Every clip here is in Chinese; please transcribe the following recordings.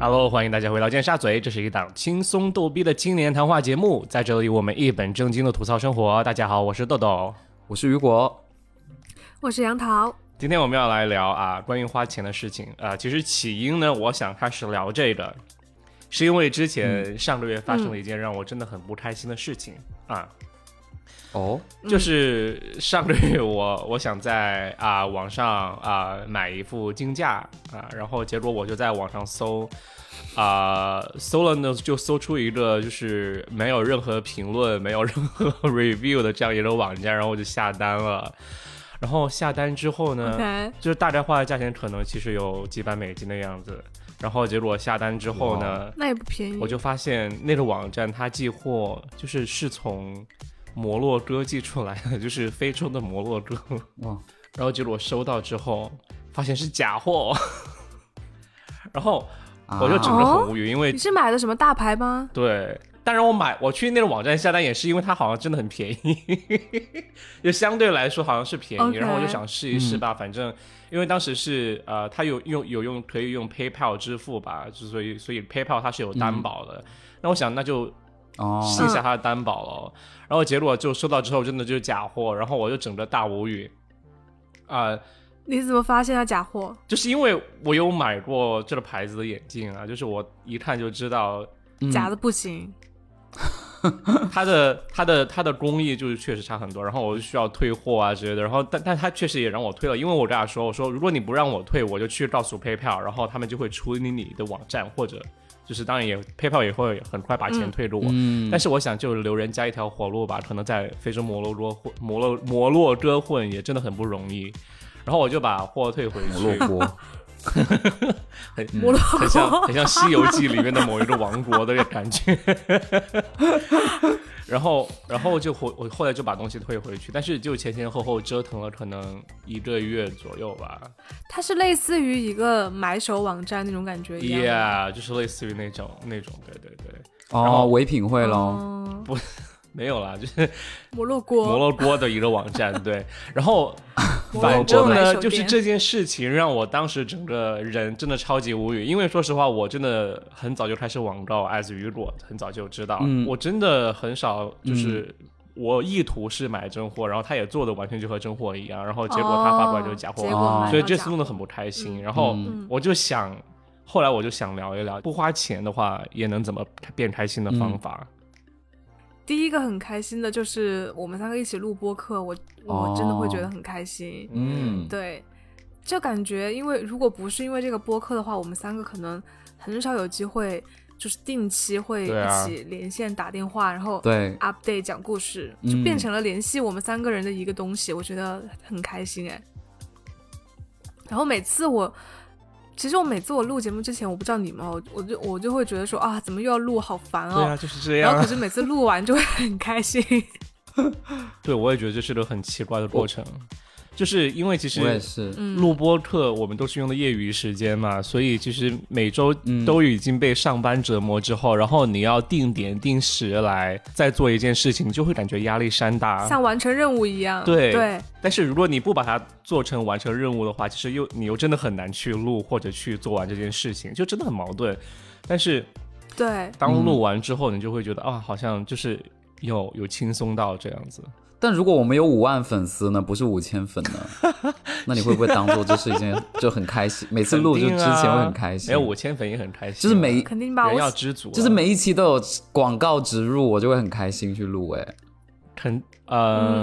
Hello，欢迎大家回到尖沙咀，这是一档轻松逗逼的青年谈话节目，在这里我们一本正经的吐槽生活。大家好，我是豆豆，我是雨果，我是杨桃。今天我们要来聊啊关于花钱的事情啊、呃其实起因呢，我想开始聊这个，是因为之前上个月发生了一件让我真的很不开心的事情、啊，哦，就是上个月我我想在啊、网上啊、买一副镜架啊，然后结果我就在网上搜啊、搜了呢就搜出一个就是没有任何评论、没有任何 review 的这样一个网站，然后我就下单了。然后下单之后呢 OK，就是大概花的价钱可能其实有几百美金的样子。然后结果下单之后呢，那也不便宜。我就发现那个网站它寄货就是是从摩洛哥寄出来的，就是非洲的摩洛哥。哇，然后结果收到之后发现是假货， 然后我就整个很无语，因为你是买的什么大牌吗？对。当然，我买我去那个网站下单也是因为它好像真的很便宜，就相对来说好像是便宜。 OK 然后我就想试一试吧，反正因为当时是呃，它有用有用可以用 PayPal 支付吧，就所以所以 PayPal 它是有担保的。那我想那就哦，试一下它的担保了，然后结果就收到之后真的就是假货，然后我就整个大无语，啊、你怎么发现它假货？就是因为我有买过这个牌子的眼镜啊，就是我一看就知道嗯假的不行。它的它的它的工艺就是确实差很多，然后我就需要退货啊之类的，然后但但它确实也让我退了，因为我跟他说，我说如果你不让我退，我就去告诉 PayPal，然后他们就会处理你的网站或者就是当然也 PayPal 也会很快把钱退给我，嗯，但是我想就留人家一条活路吧，可能在非洲摩洛哥混摩洛摩洛哥混也真的很不容易，然后我就把货退回摩去， 洛哥，很摩洛很像很像《西游记》里面的某一个王国的那个感觉。 然后，然后就回我后来就把东西退回去，但是就前前后后折腾了可能一个月左右吧。它是类似于一个买手网站那种感觉一样的。Yeah，哦就是类似于那种那种，对对对，然后哦，唯品会喽，嗯，没有啦，就是摩洛摩哥，洛哥的一个网站，对。然后摩洛反哥正买呢，手就是店这件事情让我当时整个人真的超级无语，因为说实话，我真的很早就开始网购，as 雨果很早就知道，嗯我真的很少就是。我意图是买真货，然后他也做的完全就和真货一样，然后结果他发过来就是假货，哦结哦果买到所以这次假货弄得很不开心。然后嗯我就想，后来我就想聊一聊，不花钱的话也能怎么变开心的方法。第一个很开心的就是我们三个一起录播客，我哦我真的会觉得很开心。嗯，对，就感觉因为如果不是因为这个播客的话，我们三个可能很少有机会，就是定期会对啊一起连线打电话，然后对， update 讲故事，嗯就变成了联系我们三个人的一个东西，我觉得很开心哎。然后每次我，其实我每次我录节目之前，我不知道你们，哦我我就我就会觉得说啊，怎么又要录，好烦对啊，哦。就是这然样后可啊。是每次录完就会很开心， 对，我也觉得这是个很奇怪的过程，就是因为其实我也是，嗯，录播课我们都是用的业余时间嘛，所以其实每周嗯都已经被上班折磨之后，然后你要定点定时来再做一件事情，就会感觉压力山大。像完成任务一样。啊对对，但是如果你不把它做成完成任务的话，其实又你又真的很难去录或者去做完这件事情，就真的很矛盾。但是对，当录完之后，你就会觉得、啊，好像就是有有轻松到这样子。但如果我们有五万粉丝呢，不是五千粉 呢，那你会不会当做这是一件就很开心？每次录就之前会很开啊心，没有五千粉也很开心啊，就是每肯定吧。人要我知足啊，就是每一期都有广告植入，我就会很开心去录，哎，肯嗯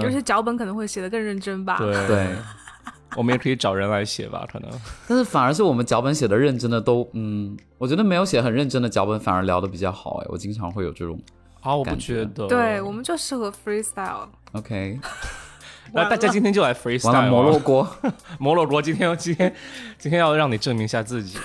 呃，，而且脚本可能会写的更认真吧。对对。 我们也可以找人来写吧，可能。但是反而是我们脚本写的认真的都，嗯，我觉得没有写很认真的脚本反而聊的比较好，哎，我经常会有这种啊，我不感觉觉得。对，我们就适合 freestyle。 ，OK，那大家今天就来 freestyle 完了摩洛哦哥，摩洛哥，今天要今天今天要让你证明一下自 己。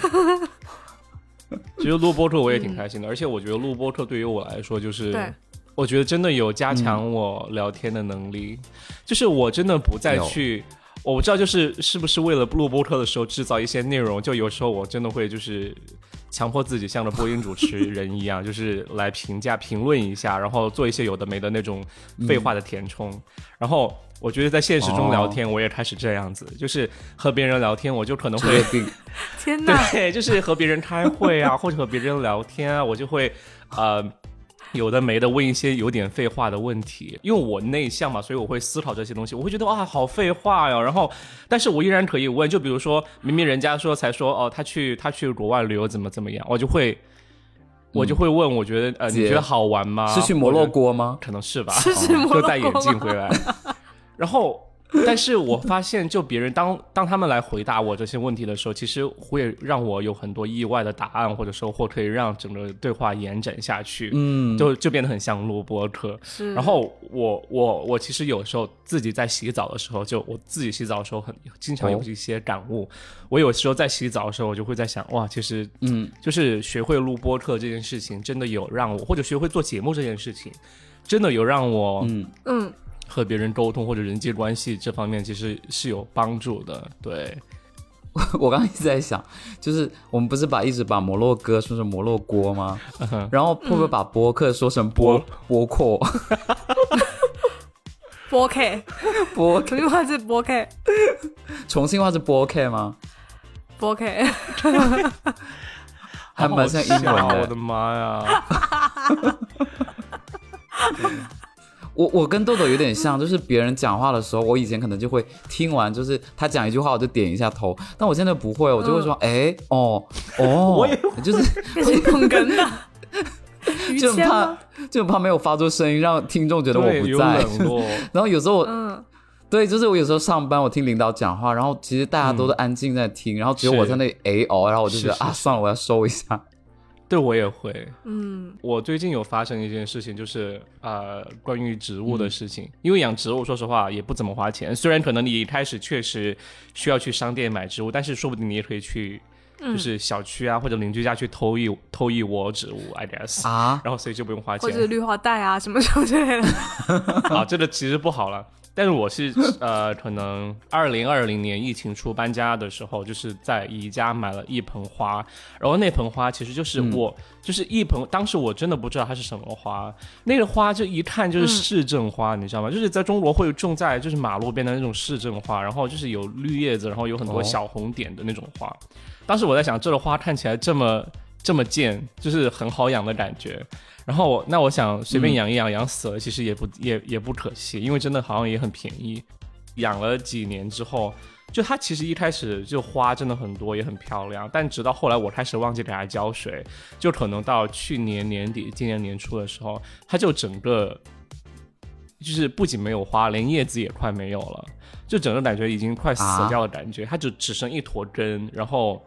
其实录播课我也挺开心的，而且我觉得录播课对于我来说就是对，我觉得真的有加强我聊天的能力，就是我真的不再有去。我不知道，就是是不是为了录播课的时候制造一些内容，就有时候我真的会就是强迫自己像个播音主持人一样，就是来评价、评论一下，然后做一些有的没的那种废话的填充。然后我觉得在现实中聊天，我也开始这样子，就是和别人聊天，我就可能职业会病，天哪！对，就是和别人开会 啊，或者和别人聊天啊，我就会呃有的没的问一些有点废话的问题，因为我内向嘛，所以我会思考这些东西，我会觉得哇，好废话呀。然后，但是我依然可以问，就比如说明明人家说才说哦，他去他去国外旅游怎么怎么样，我就会。我就会问，我觉得呃，你姐觉得好玩吗？是去或摩洛者哥吗？ 可能是吧，哦是去摩就洛戴哥眼吗镜回来。 然后，但是我发现，就别人当 当他们来回答我这些问题的时候，其实会让我有很多意外的答案或者收获，可以让整个对话延展下去，嗯，就就变得很像录播课。是，然后我我我其实有时候自己在洗澡的时候，就我自己洗澡的时候很经常有哦一些感悟。我有时候在洗澡的时候，我就会在想，哇，其实嗯，就是学会录播课这件事情，真的有让我，或者学会做节目这件事情，真的有让我嗯，和别人沟通或者人际关系这方面，其实是有帮助的。对，我刚刚一直在想，就是我们不是把一直把摩洛哥说成摩洛哥吗？嗯然后会不会把播客说成 播播客播 K，播重庆话是播 K，重庆话是播客吗？播 K，还蛮像英好好笑文的我。的妈 呀！我我跟豆豆有点像，就是别人讲话的时候，我以前可能就会听完，就是他讲一句话，我就点一下头，但我现在不会，我就会说，哎、哦哦，嗯 我也就是这是捧哏 的。于就很谦怕吗？，就很怕没有发出声音，让听众觉得我对不有在。冷落，然后有时候我，嗯，对，就是我有时候上班，我听领导讲话，然后其实大家都在安静在听，然后只有我在那里哎哦，然后我就觉得嗯是是啊，是算了，我要收 一下。对我也会。嗯，我最近有发生一件事情，就是呃，关于植物的事情。因为养植物，说实话也不怎么花钱。虽然可能你一开始确实需要去商店买植物，但是说不定你也可以去，嗯就是小区啊、或者邻居家去偷一偷一窝植物，I guess。啊，然后所以就不用花或者钱绿化带啊什么什么之类的。啊，这个其实不好了。但是我是呃，可能二零二零年疫情初搬家的时候，就是在宜家买了一盆花，然后那盆花其实就是我，就是一盆，当时我真的不知道它是什么花，那个花就一看就是市政花，你知道吗？就是在中国会种在就是马路边的那种市政花，然后就是有绿叶子，然后有很多哦小红点的那种花。当时我在想，这个花看起来这么这么贱，就是很好养的感觉。然后我那我想随便养一养，养死了其实也不也也不可惜，因为真的好像也很便宜。养了几年之后，就它其实一开始就花真的很多，也很漂亮，但直到后来我开始忘记给它浇水，就可能到去年年底、今年年初的时候，它就整个就是不仅没有花，连叶子也快没有了，就整个感觉已经快死啊掉的感觉，它就只剩一坨根，然后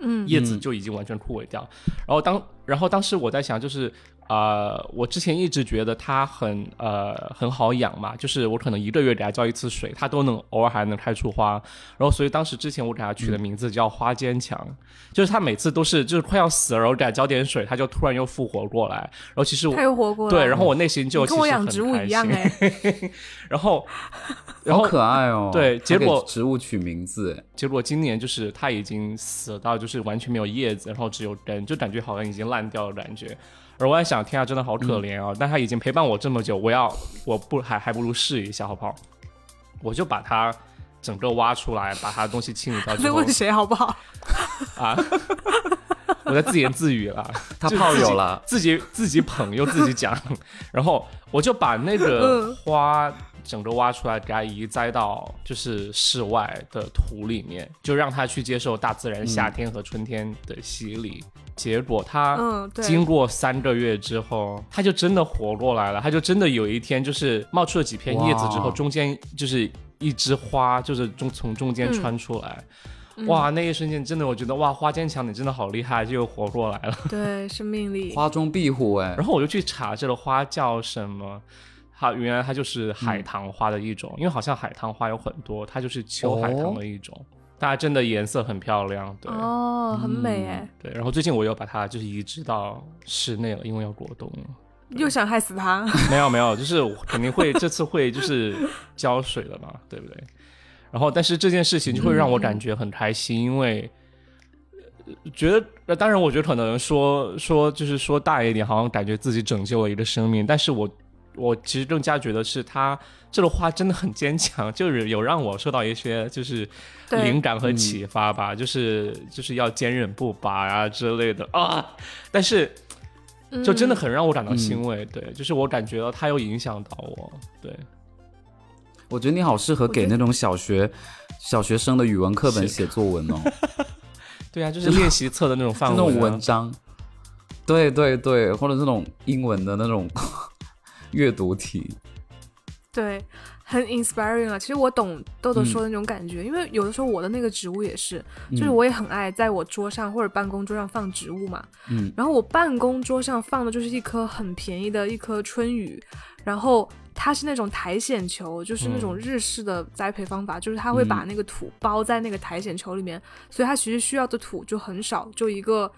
嗯叶子就已经完全枯萎掉。然后当然后当时我在想，就是呃，我之前一直觉得它很呃很好养嘛，就是我可能一个月给它浇一次水，它都能偶尔还能开出花。然后所以当时之前我给它取的名字叫花坚强，就是它每次都是就是快要死了，然后给它浇点水，它就突然又复活过来。然后其实我他又活过 来。对，然后我内心就你其啊跟实我很养植物开一 样心哎、然后 然好后可爱哦。对他结果给植物取名字，哎结果今年就是它已经死到就是完全没有叶子，然后只有根，就感觉好像已经烂掉的感觉。而我在想，天啊，真的好可怜啊！但它已经陪伴我这么久，我要我不还还不如试一下好不 好？我就把它整个挖出来，把它的东西清 理掉之 在后问谁好不好？啊，我在自言自语了。他就泡自己友了，自己自己捧又自己 讲，然后我就把那个嗯花整个挖出来，给它移栽到就是室外的土里面，就让它去接受大自然夏天和春天的洗礼。结果它嗯，对，经过三个月之后，它就真的活过来了，它就真的有一天就是冒出了几片叶子之后，哇中间就是一枝花，就是中从中间嗯穿出来。哇，那一瞬间真的，我觉得哇，花坚强，你真的好厉害，就又活过来了。对生命力。花中壁虎，哎然，后我就去查这个花叫什么，它原来它就是海棠花的一种，因为好像海棠花有很多，它就是秋海棠的一种。它真的颜色很漂亮，对、嗯哦，很美哎、对。然后最近我又把它就是移植到室内了，因为要果冻了。又想害死他。没有没有，就是我肯定会这次会就是浇水了嘛， 对不对？然后，但是这件事情就会让我感觉很开心，因为呃觉得，呃当然，我觉得可能说说就是说大一点，好像感觉自己拯救了一个生命，但是我我其实更加觉得是他这个话真的很坚强，就是有让我受到一些就是对 灵感和启发吧，就是就是要坚韧不拔啊之类的啊，但是嗯就真的很让我感到欣慰，对，就是我感觉到他有影响到我，对，我觉得你好适合我觉给得那种小学小学生的语文课本是写作文哦，对啊，就是练习册的那种 范那围啊、种文章，对对对，或者那种英文的那种 阅读题，对，很 inspiring 啊。其实我懂豆豆嗯说的那种感觉，因为有的时候我的那个植物也是，就是嗯我也很爱在我桌上或者办公桌上放植物嘛。嗯，然后我办公桌上放的就是一颗很便宜的一颗春雨，然后它是那种苔藓球，就是那嗯种日式的栽培方法，就是它会把那个土包在那个苔藓球里面，所以它其实需要的土就很少，就一个。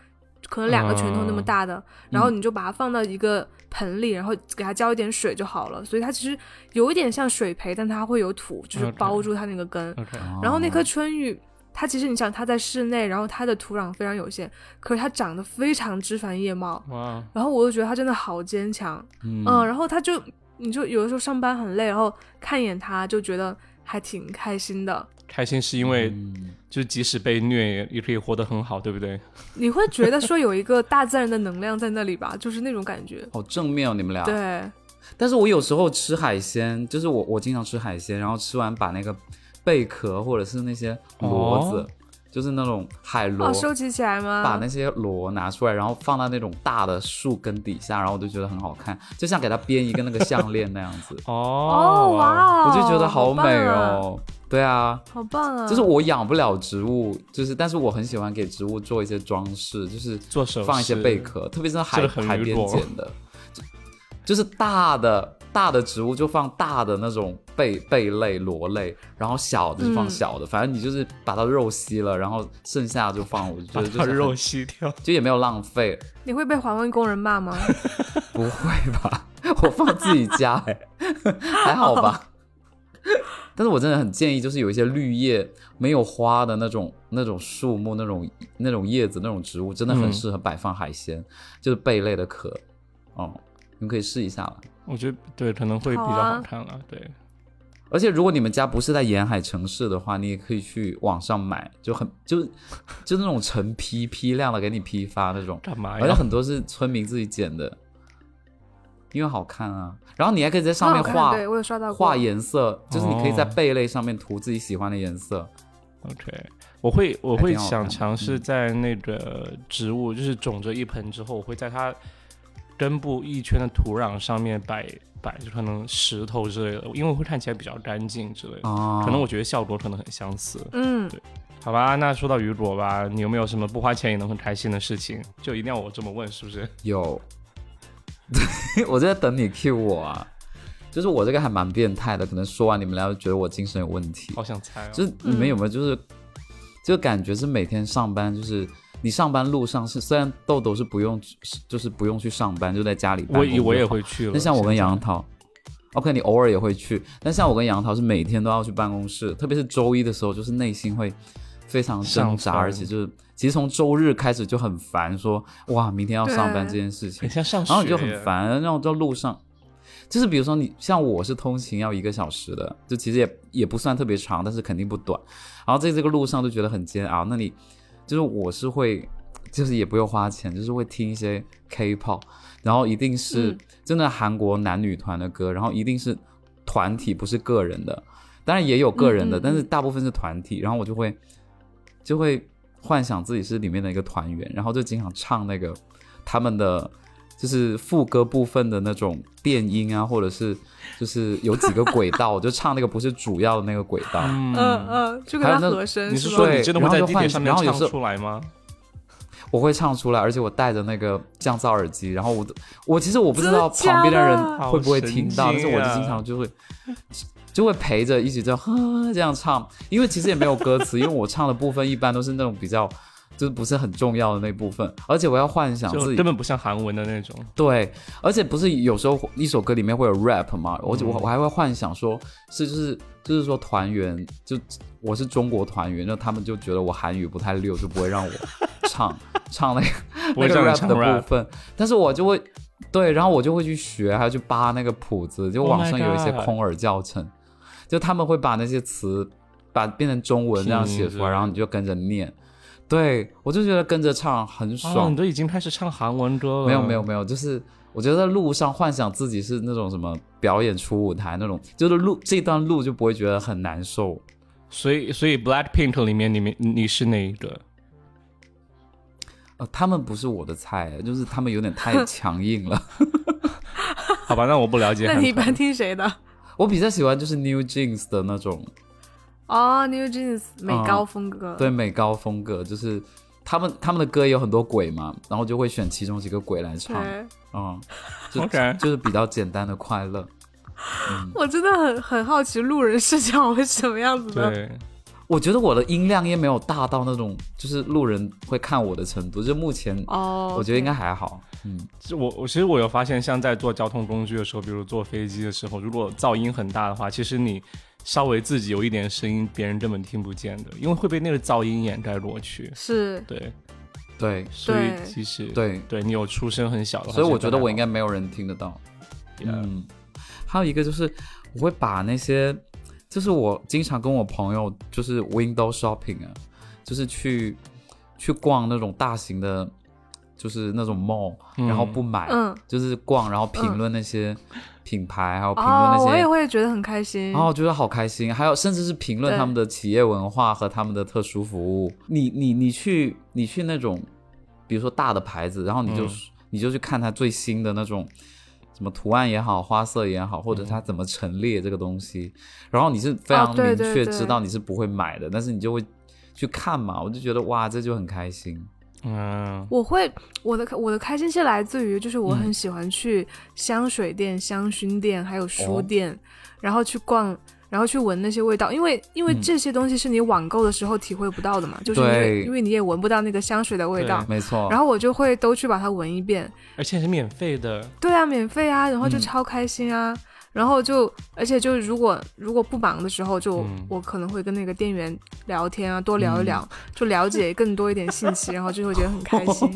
可能两个拳头那么嗯大的，然后你就把它放到一个盆里，然后给它浇一点水就好了。所以它其实有一点像水培，但它会有土，就是 OK 包住它那个根。 ，OK，然后那嗯棵哦春雨，它其实你想，它在室内，然后它的土壤非常有限，可是它长得非常枝繁叶茂。哇，然后我就觉得它真的好坚强，嗯嗯，然后它就你就有的时候上班很嗯累，然后看一眼它就觉得还挺开心的。开心是因为嗯就是即使被虐也也可以活得很好，对不对？你会觉得说有一个大自然的能量在那里吧， 就是那种感觉。好正面哦，你们俩。对，但是我有时候吃海鲜，就是我我经常吃海鲜，然后吃完把那个贝壳或者是那些螺子，哦就是那种海螺，哦，收集起来吗？把那些螺拿出来，然后放到那种大的树根底下，然后我就觉得很好看，就像给它编一个那个项链那样 子，哦哦，哇哦，我就觉得好美棒啊，哦。对啊，好棒啊！就是我养不了植物，就是但是我很喜欢给植物做一些装饰，就是做首饰放一些贝壳，特别是在这海个很海愚边拙捡的，就就是大的大的植物就放大的那种贝贝类、螺类，然后小的就放嗯小的，反正你就是把它肉吸了，然后剩下就放，我就觉把得就是它很肉吸掉。就也没有浪费，你会被环卫工人骂吗？不会吧？ 我放自己家、欸，还好吧？但是我真的很建议，就是有一些绿叶没有花的那种、那种树木、那种、那种叶子、那种植物，真的很嗯适合摆放海鲜，就是贝类的壳。哦，你们可以试一下了。我觉得对，可能会比好较啊好看了。对，而且如果你们家不是在沿海城市的话，你也可以去网上买，就很就就那种成批批量的给你批发那种。干嘛而且呀？很多是村民自己剪的，因为好看啊。然后你还可以在上面很好画看对哦我有刷到过画颜色，就是你可以在哦贝类上面涂自己喜欢的颜色。 OK，我会我还会挺好想看尝试在那个植物，就是种着一盆之后，我会在它根部一圈的土壤上面摆摆，就可能石头之类的，因为会看起来比较干净之类的。哦，可能我觉得效果可能很相似，嗯，好吧？那说到雨果吧，你有没有什么不花钱也能很开心的事情？就一定要我这么问，是不是？有， 对，我就在等你 cue 我啊。就是我这个还蛮变态的，可能说完你们俩就觉得我精神有问题。好想猜哦。就是你们有没有就是，就感觉是每天上班就是。你上班路上是虽然豆豆是不用，就是不用去上班，就在家里办我公以就我也好会去了。那像我跟现在杨桃，OK，你偶尔也会去，但像我跟杨桃是每天都要去办公室，特别是周一的时候，就是内心会非常挣上扎，头而且就是其实从周日开始就很烦说，哇，明天要上班对这件事情很，像上学，然后你就很。烦，然后到路上。就是比如说你像我是通勤要一个小时的，就其实也也不算特别长，但是肯定不短。然后在这个路上就觉得很煎熬。那你就是我是会，就是也不用花钱，就是会听一些 K-pop，然后一定是嗯真的韩国男女团的歌，然后一定是团体，不是个人的。当然也有个人的，嗯嗯但是大部分是团体。然后我就会就会幻想自己是里面的一个团员，然后就经常唱那个他们的就是副歌部分的那种电音啊，或者是就是有几个轨道，我 就唱那个不是主要的那个轨道。嗯嗯嗯，就跟还有他那和声你是吗说对你真的会然后在就地换铁上面然后有唱时候出来吗？我会唱出来，而且我戴着那个降噪耳机，然后我都我其实我不知道真的假的旁边的人会不会听到，好但神是经啊我就经常就会 就会陪着一起就呵这样唱，因为其实也没有歌词，因为我唱的部分一般都是那种比较就是不是很重要的那部分，而且我要幻想就自己根本不像韩文的那种。 对，而且不是有时候一首歌里面会有 rap 嘛，我就我嗯我还会幻想说，是就是就是说团员就我是中国团员，那他们就觉得我韩语不太溜，就不会让我唱唱那个 不会那让个你 rap 唱的 rap 部分，但是我就会对，然后我就会去学，还要去扒那个谱子，就 Oh my 网上有一些 God 空耳教程就他们会把那些词把变成中文这样写拼出着来，然后你就跟着念。对我就觉得跟着唱很啊，爽你，都已经开始唱韩文歌了？没有没有没有，就是我觉得在路上幻想自己是那种什么表演出舞台那种，就是路这段路就不会觉得很难受。所以所以 Blackpink 里面你们你是哪一个？呃，他们不是我的菜，就是他们有点太 强硬了。好吧，那我不了解 那韩你一团。般听谁的？我比较喜欢就是 New Jeans 的那种，哦、n e w Jeans 美嗯高风格。对美高风格，就是他们他们的歌有很多鬼嘛，然后就会选其中几个鬼来唱，对嗯，就 OK 就是比较简单的快乐。我真的很很好奇路人视角会什么样子的。对，我觉得我的音量也没有大到那种就是路人会看我的程度，就目前哦，我觉得应该还好，嗯，这我我其实我有发现，像在坐交通工具的时候，比如坐飞机的时候，如果噪音很大的话，其实你稍微自己有一点声音，别人根本听不见的，因为会被那个噪音掩盖过去。是对，对所以对其实对，对你有出声很小的话，所以我觉得我应该没有人听得到。其实都还好。Yeah，嗯，还有一个就是我会把那些，就是我经常跟我朋友就是 window shopping 啊，就是去去逛那种大型的，就是那种 mall，、嗯然后不买，嗯就是逛，然后评论那些品牌，还有评论那哦，我些哦也。会觉得很开心。然后我觉得好开心，还有甚至是评论嗯对他们的企业文化和他们的特殊服务。你你你去你去那种，比如说大的牌子，然后你就、嗯你就去看它最新的那种什么图案也好，花色也好，或者它怎么陈列这个东西，然后你是非常哦对明对确对知道你是不会买的，但是你就会去看嘛，我就觉得哇，这就很开心。嗯，我会我的我的开心是来自于，就是我嗯很喜欢去香水店、香薰店，还有书哦店，然后去逛，然后去闻那些味道，因为因为嗯这些东西是你网购的时候体会不到的嘛，就是对你因为你也闻不到那个香水的味道，没错，然后我就会都去把它闻一遍。而且是免费的。 对啊，免费啊，然后就嗯超开心啊。然后就，而且就如果如果不忙的时候就，嗯我可能会跟那个店员聊天啊，多聊嗯一聊，就了解更多一点信息，然后就会觉得很开 心。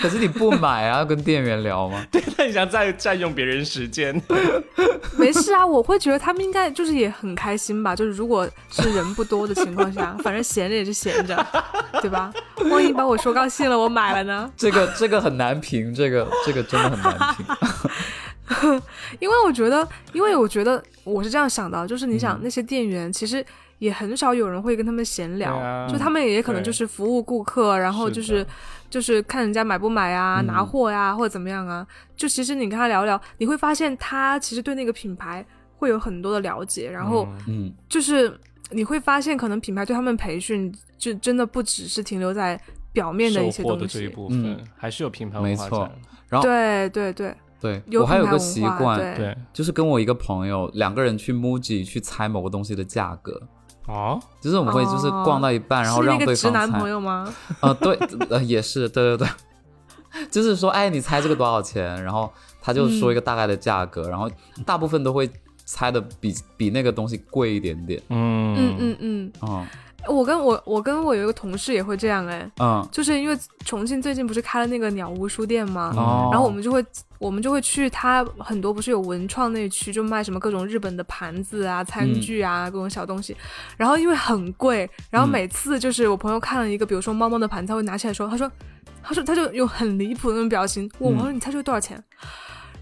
可是你不买啊，要跟店员聊吗？那你想再占用别人时间？没事啊，我会觉得他们应该就是也很开心吧。就是如果是人不多的情况下，反正闲着也是闲着，对吧？万一把我说高兴了，我买了呢？这个这个很难评，这个这个真的很难评。因为我觉得，因为我觉得我是这样想的，就是你嗯想那些店员其实。也很少有人会跟他们闲聊，对啊就他们也可能就是服务顾客，然后就是是的就是看人家买不买啊，嗯拿货呀、或者怎么样啊。就其实你跟他聊聊，你会发现他其实对那个品牌会有很多的了解，然后嗯嗯，就是你会发现，可能品牌对他们培训，就真的不只是停留在表面的一些售后的东这一西。部分、嗯还是有品牌文化没错在。对对对，对有我还品有牌个文习化，惯，对对，就是跟我一个朋友两个人去 MUJI 去猜某个东西的价格，哦，就是我们会就是哦逛到一半，然后是让对那个方直猜。男朋友吗？呃，对，呃，也是，对对对， 就是说，哎，你猜这个多少钱？然后他就嗯说一个大概的价格，然后大部分都会猜的比比那个东西贵一点点。嗯嗯嗯嗯，嗯我跟我我跟我有一个同事也会这样哎，嗯就是因为重庆最近不是开了那个鸟屋书店吗？哦，嗯然后我们就会，我们就会去他很多不是有文创那一区，就卖什么各种日本的盘子啊、餐嗯具啊、各种小东西。然后因为很贵，然嗯后每次就是我朋友看了一个，比如说猫猫的盘子，他会拿起来说，他说，他说他就有很离谱的那种表情，我嗯我说你猜这个多少钱？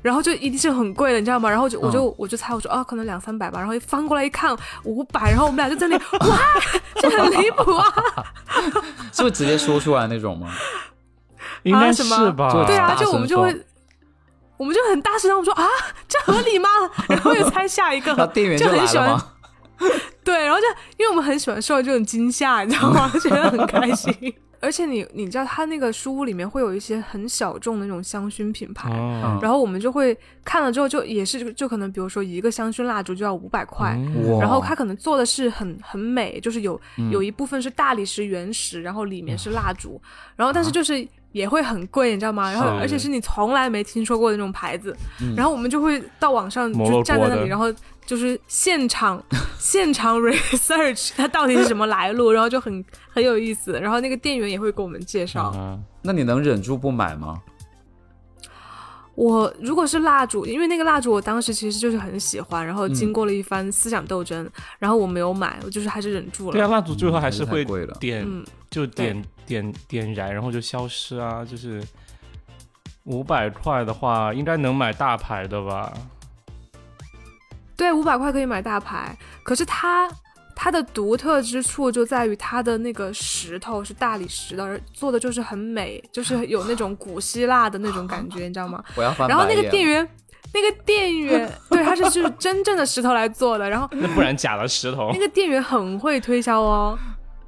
然后就一定是很贵的，你知道吗？然后就嗯我就、我就猜我说啊，可能两三百吧。然后一翻过来一看五百，然后我们俩就在那里哇， 这很离谱啊！是会直接说出来那种吗？应该啊什是么吧？就对啊，大就我声们就会说，我们就很大声，我们说啊，这合 理吗？然后又猜下一个然后，店员就来很喜了欢，吗？对，然后就因为我们很喜欢受到这种惊吓，你知道 吗？觉得很开心。而且你你知道，他那个书屋里面会有一些很小众的那种香薰品嗯牌。哦然后我们就会看了之后，就也是就就可能，比如说一个香薰蜡烛就要五百块，嗯哇然后它可能做的是很很美，就是有、有一部分是大理石原石，然后里嗯面是蜡烛，然后但是就是也会很贵，你知道吗？然后啊是嗯而且是你从来没听说过的那种牌子，然后我们就会到网上摩洛就哥站在那的里，然后就是现场现场 research 它到底是什么来路，然后就很很有意思。然后那个店员也会给我们介绍，嗯那你能忍住不买吗？我如果是蜡烛，因为那个蜡烛我当时其实就是很喜欢，然后嗯经过了一番思想斗争，然后我没有买，我就是还是忍住对啊，了。蜡烛最后还是嗯太会贵了点，嗯就对点点点燃，然后就消失啊。就是五百块的话，应该能买大牌的吧？对，五百块可以买大牌，可是它它的独特之处就在于它的那个石头是大理石的，而做的就是很美，就是有那种古希腊的那种感觉，你知道 吗？我要翻白然眼。后那个店员，那个店员，对，他是就是真正的石头来做的。然后那不然假的石头 那个店员很会推销哦，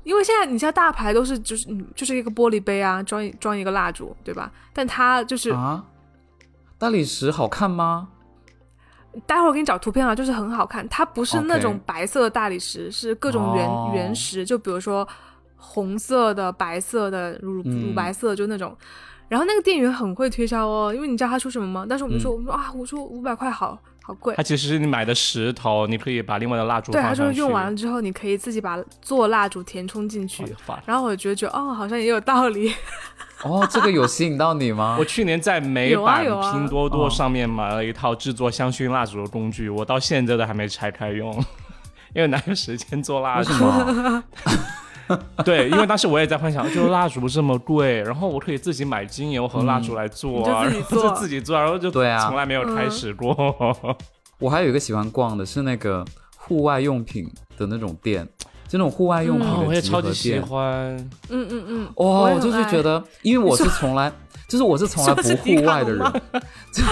因为现在你像大牌都是就是嗯就是一个玻璃杯啊，装一装一个蜡烛，对吧？但他就是、啊，大理石好看吗？待会儿给你找图片啊，就是很好看。它不是 OK 那种白色的大理石，是各种原、哦原石，就比如说红色的、白色的、乳嗯乳白色的，就那种。然后那个店员很会推销哦，因为你知道他说什么吗？当时我嗯们说，我们说啊，我说五百块好好贵它，其实是你买的石头，你可以把另外的蜡烛对，放他上去。说用完了之后，你可以自己把做蜡烛填充进去我。的妈然后我觉得觉得哦，好像也有道理。 哦，这个有吸引到你吗 我？去年在美有啊版有啊拼多多哦上面买了一套制作香薰蜡烛的工具，我到现在都还没拆开用， 因为哪有时间做蜡为烛什？么？ 对，因为当时我也在幻想，就是蜡烛这么贵，然后我可以自己买精油和蜡烛来做啊，嗯你就然自己做后就自己做，然后就对啊从来没有开始过。我还有一个喜欢逛的是那个户外用品的那种店，就那种户外 用品哦，我也的集超合级喜店。欢，嗯嗯嗯，哇、我也我很就是爱觉得，因为我是从来，就是我是从来不户外的人说的， 就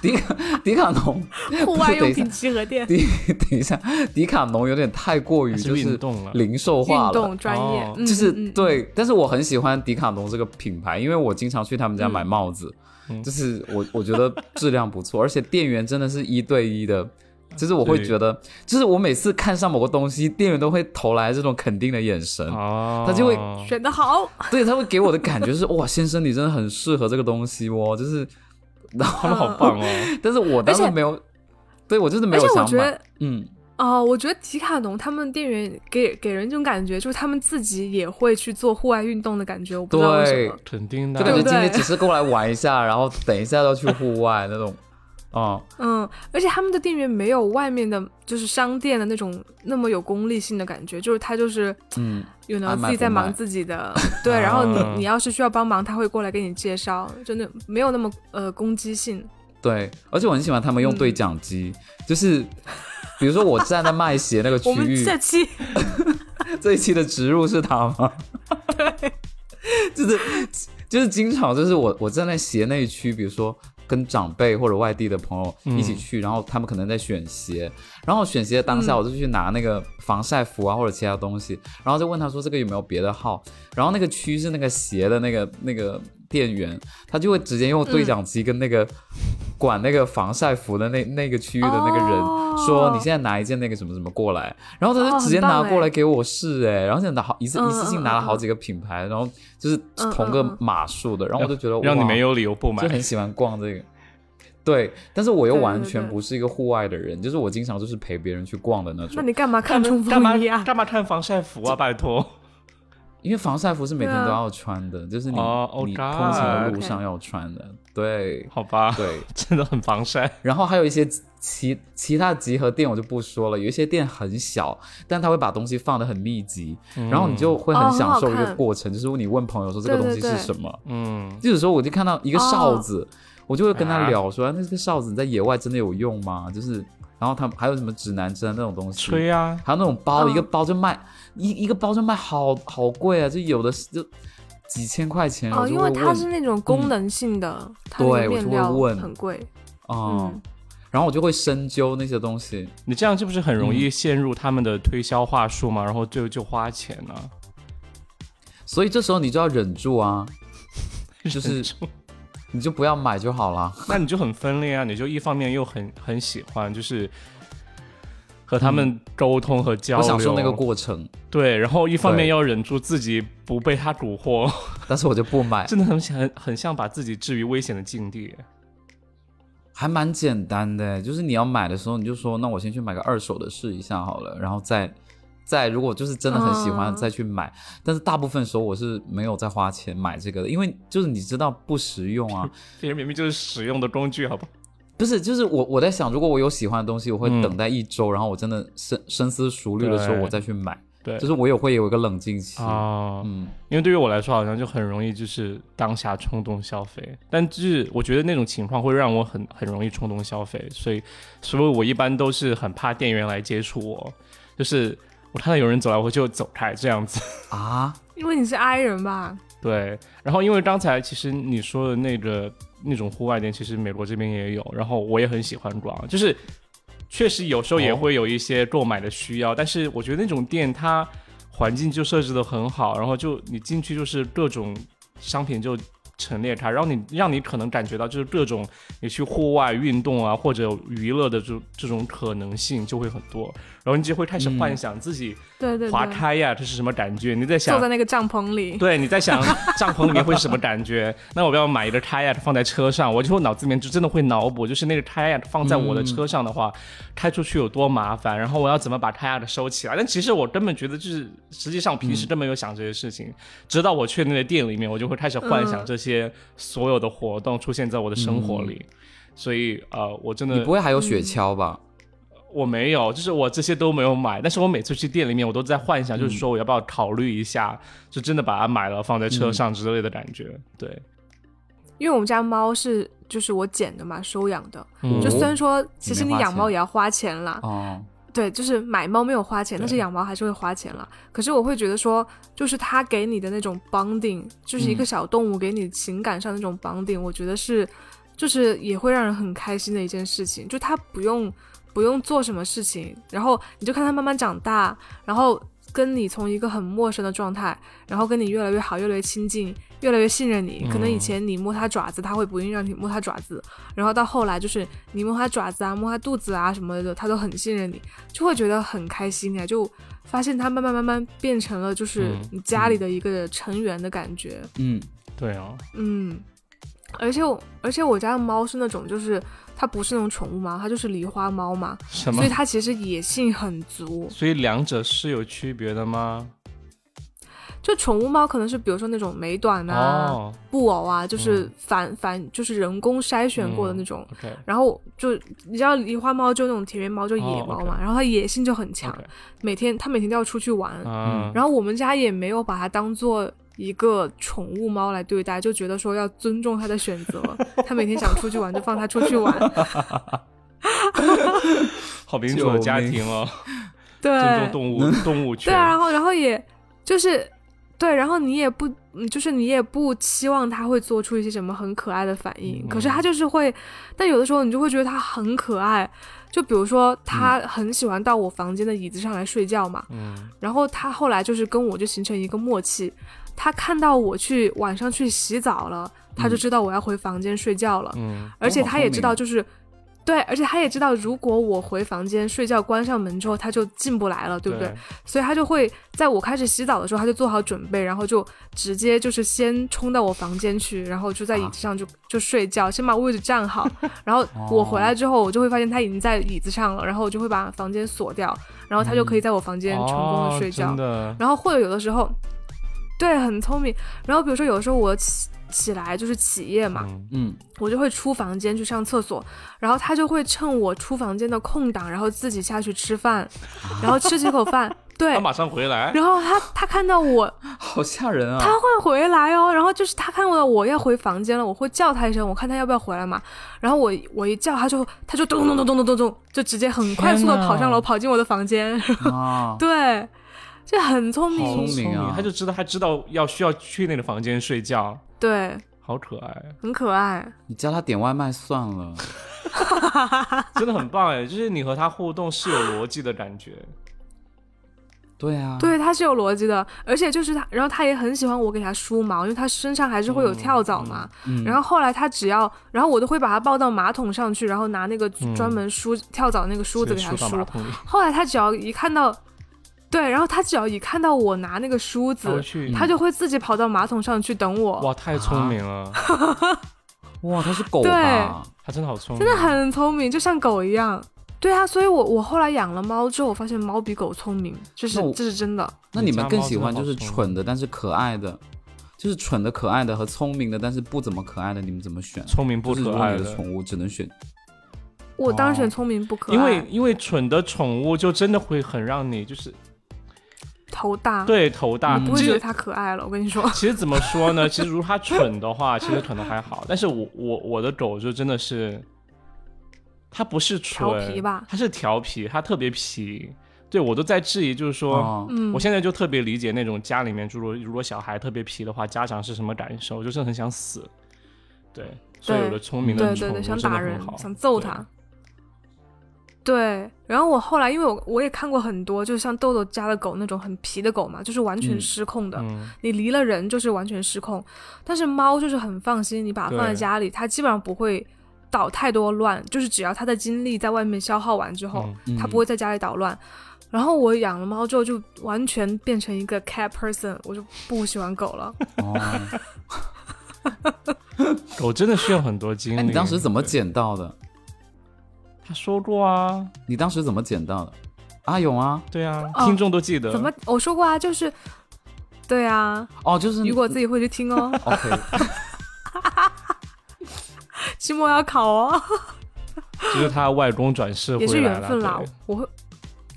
迪卡迪卡侬，户 外不用是品集合店，迪等一下，迪卡侬有点太过于还是就运是动了零售运化了动。专业，哦嗯就是嗯嗯对，但是我很喜欢迪卡侬这个品牌，因为我经常去他们家买帽子，嗯就是 我我觉得质量不错，而且店员真的是一对一的，就是我会对觉得，就是我每次看上某个东西，店员都会投来这种肯定的眼神，啊哦，他就会选的好， 对他会给我的感觉是哇，先生你真的很适合这个东西哦，就是，然他后们好棒哦，但是我当而时且没有，对我就是没而且有我想觉买得，嗯，哦、我觉得迪卡侬他们店员给给人一种感觉，就是他们自己也会去做户外运动的感觉，我不知道为什对么。， 肯定 就的。感觉对不今对天只是过来玩一下，然后等一下要去户外 那种，哦、嗯，而且他们的店员没有外面的，就是商店的那种那么有功利性的感觉，就是他就是嗯，有能爱买自己不嗯在买忙自己的， 对，然后啊你你要是需要帮忙，他会过来给你介绍，真的没有那么呃攻击性。对，而且我很喜欢他们用嗯对讲机，就是比如说我站在卖鞋那个区我们域，这期这一期的植入是他吗？对，就是就是经常就是我我站在鞋那一区，比如说跟长辈或者外地的朋友一起去，然后他们可能在选鞋，然后选鞋的当下我就去拿那个防晒服啊或者其他东西，然后就问他说这个有没有别的号，然后那个区是那个鞋的那个那个店员，他就会直接用对讲机跟那个。管那个防晒服的那那个区域的那个人、哦说，你现在拿一件那个什么什么过来，然后他哦就直接很棒拿过哎来给我试哎、然后就拿好一次嗯一次性拿了好几个品牌，然后就是同个嗯嗯码数的，然后我就觉得让你没，哇有理由不买就。很喜欢逛这个。对，但是我又对对完对全不是一个户外的人，就是我经常就是陪别人去逛的那那种，你干嘛看冲干嘛锋衣啊？干嘛看防晒服啊？拜托，因为防晒服是每天对啊都要穿的，就是你、哦，Oh 你通勤的 God 路上要穿的，对 好吧，对。真的很防晒。然后还有一些其其他集合店我就不说了，有一些店很小，但他会把东西放的很密集，然后你嗯就会哦很很享好受一个看过程，就是你问朋友说这个对东对西是对哦什么，嗯，就有时候我就看到一个哨子，我就会跟他啊聊说、啊那个哨子你在野外真的有用吗？就是，然后他们还有什么指南针那种东西，吹啊，还有那种包，嗯一个包就卖一一个包就卖好好贵啊，就有的是就几千块钱，哦，我就因会为它问嗯是那种功能性的，它那对个我就会面料问很贵。哦、嗯然后我就会深究那些东西，你这样是不是很容嗯易陷入他们的推销话术嘛？然后就就花钱啊呢、所以这时候你就要忍住啊， 就是你就不要买就好了。 那你就很分裂啊！你就一方面又很很喜欢，就是和他们沟通和交我流，享受那个过程，对，然后一方面对要忍住自己不被他蛊惑，但是我就不买， 真的很想很很像把自己置于危险的境地。还蛮简单的，就是你要买的时候你就说，那我先去买个二手的试一下好了，然后再再如果就是真的很喜欢嗯再去买，但是大部分时候我是没有在花钱买这个的，因为就是你知道不实用啊，这些明明就是使用的工具，好吧？不是，就是我我在想，如果我有喜欢的东西，我会嗯等待一周，然后我真的深深思熟虑的时候，对我再去买，对，就是我也会有一个冷静期。啊，嗯，因为对于我来说，好像就很容易就是当下冲动消费，但就是我觉得那种情况会让我很很容易冲动消费，所以所以我一般都是很怕店员来接触我，就是我看到有人走来我就走开这样子。啊，因为你是 I 人吧？对，然后因为刚才其实你说的那个那种户外店，其实美国这边也有，然后我也很喜欢逛，就是确实有时候也哦会有一些购买的需要，但是我觉得那种店它环境就设置的很好，然后就你进去就是各种商品就。陈列开，让你让你可能感觉到就是各种你去户外运动啊或者娱乐的这这种可能性就会很多，然后你就会开始嗯幻想自己对对对，划开呀、这是什么感觉？你在想坐在那个帐篷里，对，你在想帐篷里面会是什么感觉？ 那我要买一个 kayak 放在车上，我就会脑子里面就真的会脑补，就是那个 kayak 放在我的车上的话，开出去有多麻烦，然后我要怎么把 kayak 收起来？但其实我根本觉得就是，实际上平时根本没有想这些事情，直到我去那个店里面，我就会开始幻想嗯这些所有的活动出现在我的生活里。所以，呃，我真你的不会还有雪橇吧？我没有，就是我这些都没有买，但是我每次去店里面，我都在幻想，就是说我要不要考虑一下，就真的把它买了放在车上之类的感觉。对，因为我们家猫是就是我捡的嘛，收养的。嗯就哦虽然说，其实没你花养猫钱也要花钱啦，哦，对，就是买猫没有花钱，但是对养猫还是会花钱啦。可是我会觉得说，就是它给你的那种 bonding，就是一个小动物给你情感上的那种 bonding，、我觉得是，就是也会让人很开心的一件事情。就它不用不用做什么事情，然后你就看它慢慢长大，然后跟你从一个很陌生的状态，然后跟你越来越好，越来越亲近，越来越信任你。可能以前你摸它爪子，它会不愿意让你摸它爪子，然后到后来就是你摸它爪子啊，摸它肚子啊什么的，它都很信任你。就会觉得很开心哎，就发现它慢慢慢慢变成了就是嗯你家里的一个成员的感觉，嗯，对啊，嗯。而且我，而且我家的猫是那种，就是它不是那种宠物猫，它就是狸花猫嘛，什么所以？它其实野性很足。所以两者是有区别的吗？就宠物猫可能是比如说那种美短啊、哦布偶啊，就是嗯反反就是人工筛选过的那种。 ，OK，然后就你知道狸花猫就那种田园猫，就野哦猫，OK 嘛，然后它野性就很强 OK 每天它每天都要出去玩，啊，嗯然后我们家也没有把它当做一个宠物猫来对待，就觉得说要尊重它的选择。它每天想出去玩就放它出 去玩，好民主的家救命庭哦，尊重对动物动物对权。啊，然后然后也就是对，然后你也不嗯就是你也不期望它会做出一些什么很可爱的反应，可是它就是会，但有的时候你就会觉得它很可爱。就比如说，它很喜欢到我房间的椅子上来睡觉嘛，嗯，然后他后来就是跟我就形成一个默契，他看到我去晚上去洗澡了，他就知道我要回房间睡觉了，嗯而且哦好他也聪知明道啊就是。对，而且他也知道，如果我回房间睡觉，关上门之后，他就进不来了，对不对？对？所以他就会在我开始洗澡的时候，他就做好准备，然后就直接就是先冲到我房间去，然后就在椅啊子上就、就睡觉，先把位置 占好。哦然后我回来之后，我就会发现他已经在椅子上了，然后我就会把房间锁掉，然后他就可以在我房间成功哦的睡觉。真的，然后或者有的时候，对，很聪明。然后比如说有的时候我起起来就是起夜嘛，嗯嗯，我就会出房间去上厕所，然后他就会趁我出房间的空档，然后自己下去吃 饭，然后吃几口饭，对他，马上回 来，然后他他看到我好吓人啊！他会回来哦，然后就是他看到我要回房间了，我会叫他一声，我看他要不要回来嘛。然后我我一叫，他就他就咚咚咚咚咚咚咚，就直接很快速的天哪跑上楼，跑进我的房间。 啊，对，这很聪好明，聪明啊他就知道他知道要需要去那个房间睡觉，对，好可爱。啊很可爱。你叫他点外卖算了。 真的很棒哎，就是你和他互动是有逻辑的感觉。对啊，嗯对，它是有逻辑的，而且就是它，然后它也很喜欢我给它梳毛，因为它身上还是会有跳蚤嘛。嗯然后后来它只要，然后我都会把它抱到马桶上去，然后拿那个嗯专门梳、跳蚤的那个梳子给它梳到梳马。 桶里，后来它只要一看到，对，然后它只要一看到我拿那个梳他会子，去，它就会自己跑到马桶上去等我。哦哇，太聪明了，啊哇，他是狗对吧？ 他真的好聪明，真的很聪明，就像狗一样。对啊，所以我我后来养了猫之后，我发现猫比狗聪明，这是那我这是真的。那你家们更猫喜真的欢好就是聪蠢的但是可爱的，就是蠢的可爱的和聪明的但是不怎么可爱的，你们怎么选？聪明不就是如可果爱你的的宠物只能选，我当然哦选聪明不可爱，因为因为蠢的宠物就真的会很让你就是头大，对头大。啊不会这觉个得它可爱了。我跟 你说，其实怎么说呢？ 其实如果它蠢的话，其实可能还好。但是我我我的狗就真的是，它不是蠢，调皮吧它是调皮，它特别皮。对我都在质疑，就是说，哦，嗯，我现在就特别理解那种家里面，如果如果小孩特别皮的话，家长是什么感受，就是很想死。对，所以我的聪明的对宠对物对，真想的打很人好，，想揍对他。对，然后我后来因为我我也看过很多，就像豆豆家的狗那种很皮的狗嘛，就是完全嗯失控的，嗯，你离了人就是完全失控。但是猫就是很放心，你把它放在对家里，它基本上不会捣太多乱，就是只要它的精力在外面消耗完之后，嗯它不会在家里捣乱。然后我养了猫之后，就完全变成一个 cat person，我就不喜欢狗 了。哦，狗真的需要很多精力。哎，你当时怎么对？捡到的？他说过啊，你当时怎么捡到的？阿勇啊，对啊，哦听众都记得。怎么？我说过啊，就是，对啊，哦，就是嗯雨果自己会去听 哦， OK，期末要考哦，就是他外公转世也是回来缘了。分啦对。我会，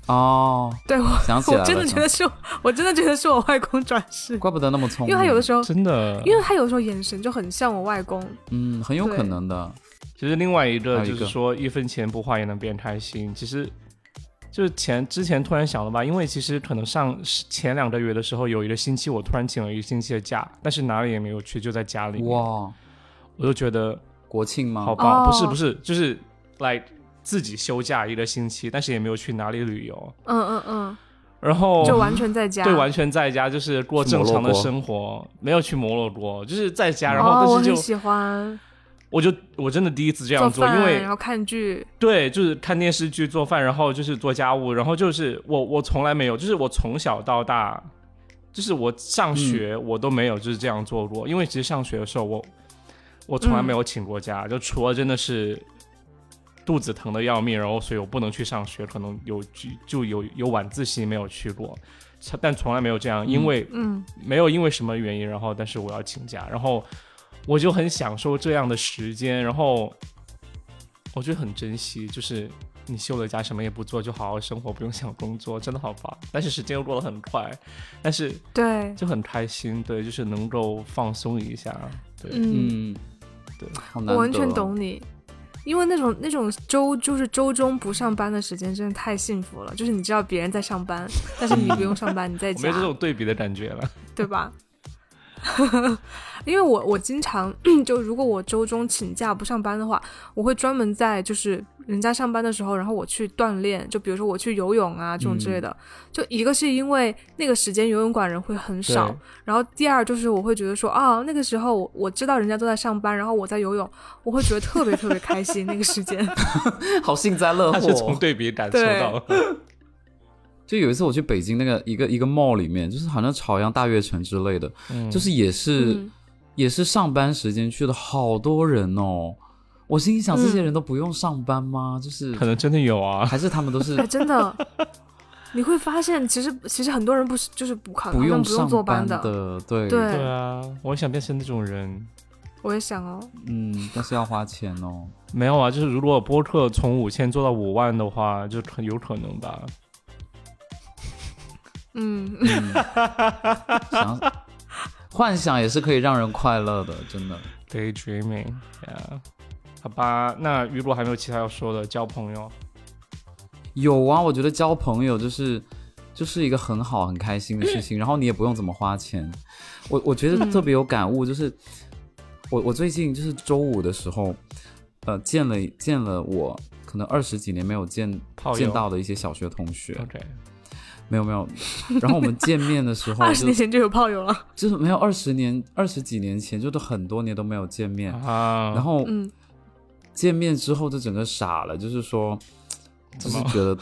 哦，对我，想起来我了，真的觉得是我，我真的觉得是我外公转世，怪不得那么聪因明，为他有的时候，真的，因为他有时候眼神就很像我外公，嗯，很有可对能的，其实另外一还个有一就个是说，一分钱不花也能变开心。其实就是前之前突然想了吧，因为其实可能上前两个月的时候，有一个星期我突然请了一个星期的假，但是哪里也没有去，就在家里。，哇，啊我就觉得国庆吗？好棒，哦不是不是，就是 like 自己休假一个星期，但是也没有去哪里旅游，嗯嗯嗯，然后就完全在家，对完全在家，就是过正常的摩洛哥生活，没有去摩洛哥，就是在家，然哦，后我但是很就喜欢我就我真的第一次这做样做，饭，啊因为然后看剧，对，就是看电视剧、做饭，然后就是做家务，然后就是我我从来没有，就是我从小到大，就是我上学我都没有就是这样做过，因为其实上学的时候我我从来没有请过假，就除了真的是肚子疼的要命，然后所以我不能去上学，可能有就就有有晚自习没有去过，但从来没有这样，因嗯为嗯，没有因为什么原因，然后但是我要请假，然后我就很享受这样的时间，然后我觉得很珍惜，就是你休了假什么也不做，就好好生活，不用想工作，真的好棒。但是时间又过得很快，但是对，就很开心，对，就是能够放松一下，对，嗯，嗯，对，好难我完全得哦懂你。因为那种那种周就是周中不上班的时间真的太幸福了，就是你知道别人在上班，但是你不用上班，你 在我家。没有这种对比的感觉了，对吧？因为我我经常就如果我周中请假不上班的话，我会专门在就是人家上班的时候，然后我去锻炼，就比如说我去游泳啊这种之类的。嗯就一个是因为那个时间游泳馆人会很对 少，然后第二就是我会觉得说啊那个时候我我知道人家都在上班，然后我在游泳，我会觉得特别特别开心那个时间。好幸灾 乐祸他是从哦。对比感受到了，就有一次我去北京那个一个一个 mall 里面，就是好像朝阳大悦城之类的，嗯就是也是、嗯也是上班时间去的，好多人哦。我心里想，这些人都不用上班吗？就是可能真的有啊，还是他们都是 哎，真的，你会发现其实其实很多人不是就是不考，不他用们不用上坐班的。对对对啊，我想变成那种人。我也想哦，嗯，但是要花钱 哦。没有啊，就是如果播客从五千做到五万的话，就可有可能吧。嗯。嗯，想幻想也是可以让人快乐的，真的。 Daydreaming，yeah. 好吧，那雨果还没有其他要说的，交朋友，有啊，我觉得交朋友就是就是一个很好很开心的事嗯情，然后你也不用怎么花钱。我我觉得特别有感嗯悟，就是我我最近就是周五的时候，呃，见了见了我可能二十几年没有见炮友见到的一些小学同嗯学， OK，没有没有。然后我们见面的 哦时候二十就年前就有炮友了。就是没有二十年二十几年前，就都很多年都没有见面。哦啊，然后嗯，见面之后就整个傻了，就是说，就是觉得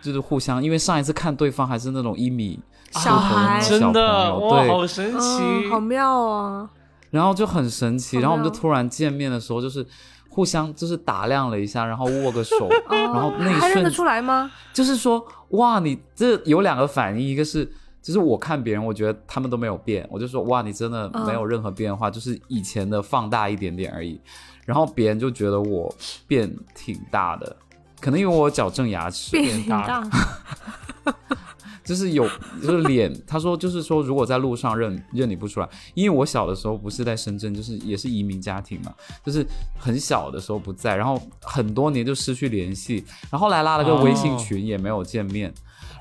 就是互相，因为上一次看对方还是那种一米啊出小头的那孩，哦种小真朋的友，哇，好对，神奇，嗯，好妙啊！然后就很神奇，好然后我们妙就突然见面的时候，就是互相就是打量了一下，然后握个手， 哦然后那一还认瞬得出来吗？就是说，哇，你这有两个反应，一个是就是我看别人，我觉得他们都没有变，我就说哇，你真的嗯没有任何变化，就是以前的放大一点点而已。然后别人就觉得我变挺大的，可能因为我有矫正牙齿，变挺大大，就是有就是脸，他说就是说，如果在路上认认你不出来，因为我小的时候不是在深圳，就是也是移民家庭嘛，就是很小的时候不在，然后很多年就失去联系，然后后来拉了个微信群也没有见面，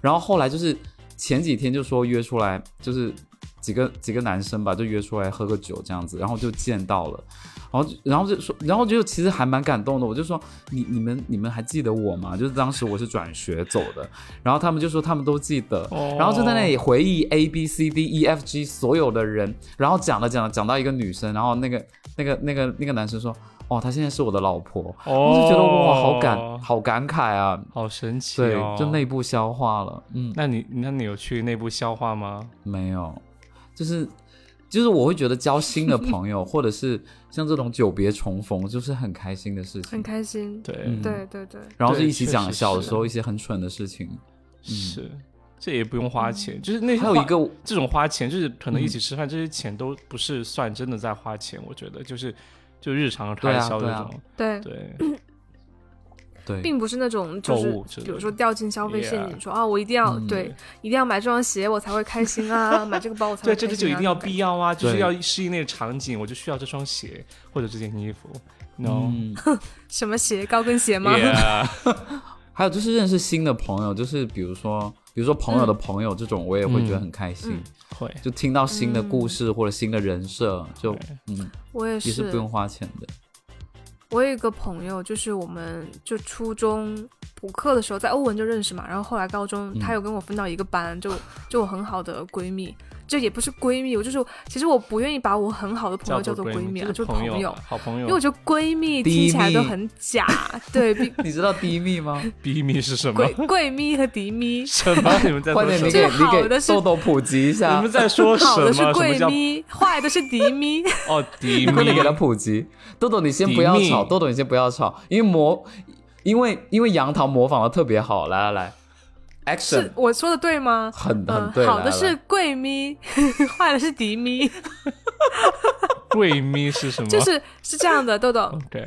然后后来就是前几天就说约出来，就是几个几个男生吧，就约出来喝个酒这样子，然后就见到了。然后就，然后就说，然后就其实还蛮感动的。我就说，你你们你们还记得我吗？就是当时我是转学走的，然后他们就说他们都记得，哦然后就在那里回忆 A B C D E F G 所有的人，然后讲了讲了讲到一个女生，然后那个那个那个那个男生说，哦，她现在是我的老婆，我就觉得哇，好感好感慨啊，哦好神奇对哦，！就内部消化了，嗯，那你那你有去内部消化吗？没有，就是就是我会觉得交新的朋 友，或者是像这种久别重逢，就是很开心的事情，很 开心。对，嗯对对对，然后就对一起确讲实小的是时候一些很蠢的事情，是，这也不用花钱，就是那嗯还有一花个这种花钱，就是可能嗯一起吃饭，这些钱都不是算真的在花钱，我觉得就是就日常对开啊销对这啊种，对，对，对，并不是那种就购物之是类的比如说掉进消费陷阱， Yeah 说啊我一定要嗯对，一定要买这双鞋我才会开 心啊，买这个包我才对，会这开个心啊。就一定要必要啊，就是对要适应那个场景，我就需要这双鞋或者这件衣服。No，嗯。什么鞋？高跟鞋吗？ Yeah，还有就是认识新的朋友，就是比如说，比如说朋友的朋友这种，我也会觉得很开心，嗯会就听到新的故事或者新的人设，就对嗯， 我也也是不用花钱的。 我有一个朋友，就是我们就初中补课的时候在欧文就认识嘛，然后后来高中嗯她有跟我分到一个班，就就我很好的闺蜜，就也不是闺蜜，我就是其实我不愿意把我很好的朋友叫做闺蜜啊，就是朋朋啊好朋友。因为我觉得闺蜜低听起来都密很假，对，比你知道低密吗？逼密是什么？闺闺蜜和敌蜜，什 么？你 们在快说点，你什给么？最好你的给是豆豆普及一你 下们，在说什好么？的是什么闺叫蜜，坏的是敌蜜， 哦敌你快蜜点给？他普及。豆豆，你先不要低密吵，豆豆你先不要吵，因为模，因为因为杨桃模仿的特别好，来来来，action，是我说的对吗？很很嗯对，，好来的来是闺蜜， 坏的是敌蜜，闺蜜是什么？就是是这样的，豆豆， OK，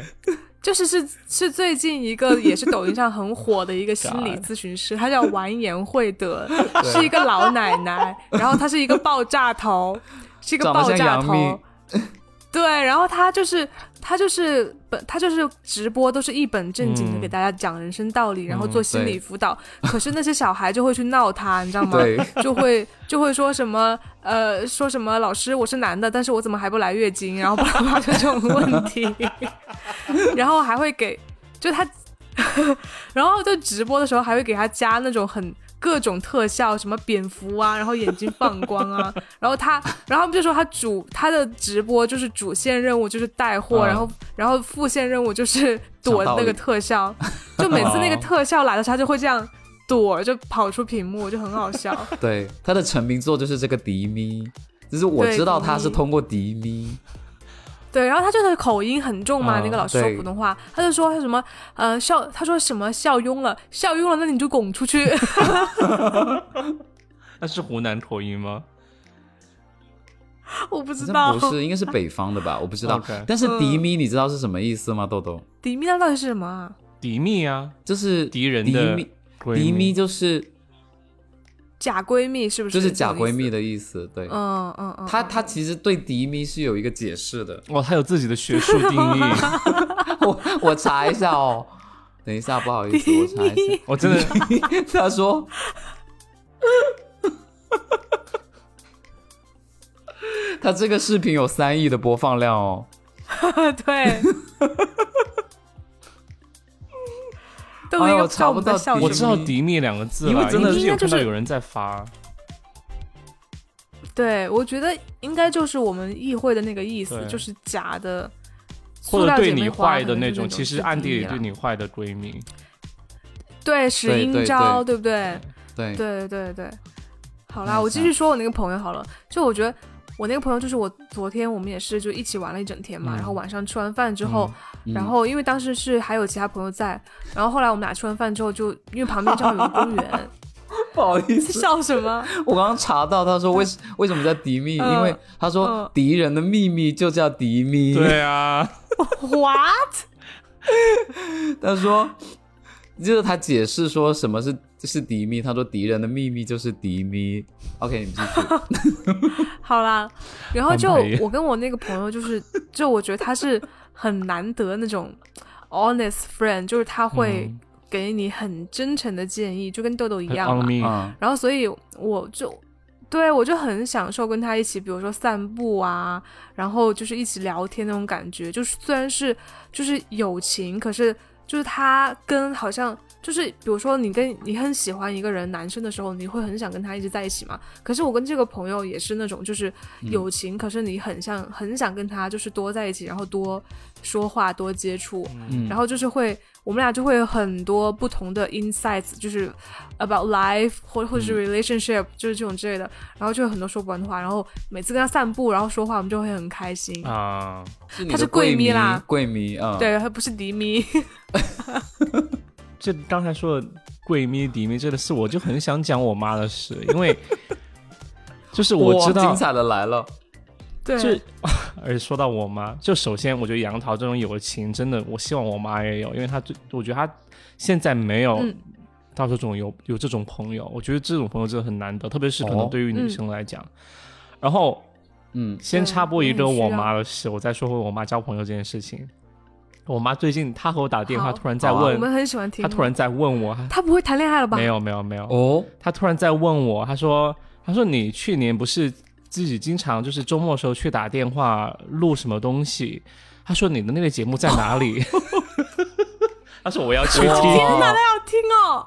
就是是是最近一个也是抖音上很火的一个心 理咨询师，她叫完颜慧德，是一个老奶奶，然后她是一个爆炸头，是一个长得爆像炸杨幂头。对，然后她就是她就是本她就是直播都是一本正经的嗯给大家讲人生道理，然后嗯做心对理辅导。可是那些小孩就会去闹她，你知道吗？对，就会就会说什么呃说什么老师我是男的，但是我怎么还不来月经？然后巴拉巴拉 就这种问题， 然后还会给就他， 然后就直播的时候还会给他加那种很。各种特效，什么蝙蝠啊，然后眼睛放光啊，然后他，然后他们就说他主他的直播就是主线任务就是带货，嗯然后然后副线任务就是讲躲道那个理特效，就每次那个哦特效来的时候，他就会这样躲，就跑出屏幕，就很好笑。对，他的成名作就是这个迪咪，就是我对知道迪他是咪通过迪咪，对，然后他就是口音很重嘛，嗯那个老师说啊对普通话，他就说他什么呃笑，他说什么笑晕了，笑晕了，那你就滚出 去。那是湖南口音吗？我不知道嗯好像，不是，应该是北方的吧？我不知道 OK。但是迪咪，你知道是什么意思吗？豆豆，迪米娜到底是什么啊？敌蜜啊，就是敌人迪的咪，闺迪咪就是假闺蜜是不是？就是假这种意闺思。蜜的意思。对，嗯嗯嗯，他嗯他其实对迪咪是有一个解释的。哦，他有自己的学术定 义。 我我查一下哦，等一下，不好意思，我查一我真的下。 他说。他这个视频有三亿的播放量哦，对。 都哎呦应该我知查道不我们在到笑迪什我么知道“敌蜜”两个字了，因为真的就是有看到就是有人在发。对，我觉得应该就是我们议会的那个意思对，就是假的。或塑者料对姐妹你花坏可的能那就是种，那其实是暗地敌里啦对你坏的闺蜜，对对使对阴招，对对不对？对，对对对，好那啦，一我继下续说我那个朋友好了。就我觉得我那个朋友就是我昨天我们也是就一起玩了一整天嘛，嗯然后晚上吃完饭之后，嗯然后因为当时是还有其他朋友在，然后后来我们俩吃完饭之后就因为旁边正好有个公 园，不好意你思，笑什么？我刚刚查到，他说为什为什么叫敌密？嗯因为他说嗯敌人的秘密就叫敌 密。对啊， What？他说，就是他解释说什么是是敌密，他说敌人的秘密就是敌密。OK，你们继 续。好啦，然后就很美我跟我那个朋 友就是，就我觉得他是很难得那种 honest friend，就是他会嗯给你很真诚的建议，就跟豆豆一很样 on 嘛。 me，嗯然后所以我就。对，我就很享受跟他一起，比如说散步啊，然后就是一起聊天那种感觉。就是虽然是就是友情，可是就是他跟好像就是比如说你跟你很喜欢一个人男生的时候，你会很想跟他一直在一起嘛。可是我跟这个朋友也是那种就是友情，可是你很想很想跟他就是多在一起，然后多说话、多接触。嗯，然后后就是会，我们俩就会有很多不同的 insights，就是 about life 或或嗯者是 relationship，、就是这种之类的，然后就有很多说不完的话。然后每次跟他散步，然后说话，我们就会很开心。啊，是你他的是贵贵咪啦贵迷啊。嗯，对，他不是迪咪，这刚才说的贵咪、迪咪这个事，我就很想讲我妈的事，因为 就是我哇知道精，彩的来了。 对，就而且说到我妈，就首先我觉得杨桃这种友情真的，我希望我妈也有，因为她最，我觉得她现在没有嗯到这种有有这种朋友，我觉得这种朋友真的很难得，特别是可能哦对于女嗯生来讲。然后嗯先对插播一也个很需我要妈的事，我再说回我妈交朋友这件事情。我妈最近她和我打电话，好突然在好啊我问，们很喜欢听。呃她突然在问我，她他不会谈恋爱了吧？没有没有没有，哦，他突然在问我，他说：“他说你去年不是自己经常就是周末时候去打电话录什么东西？”他说：“你的那个节目在哪里？” 他说：“我要去听。天哪！好听哦，”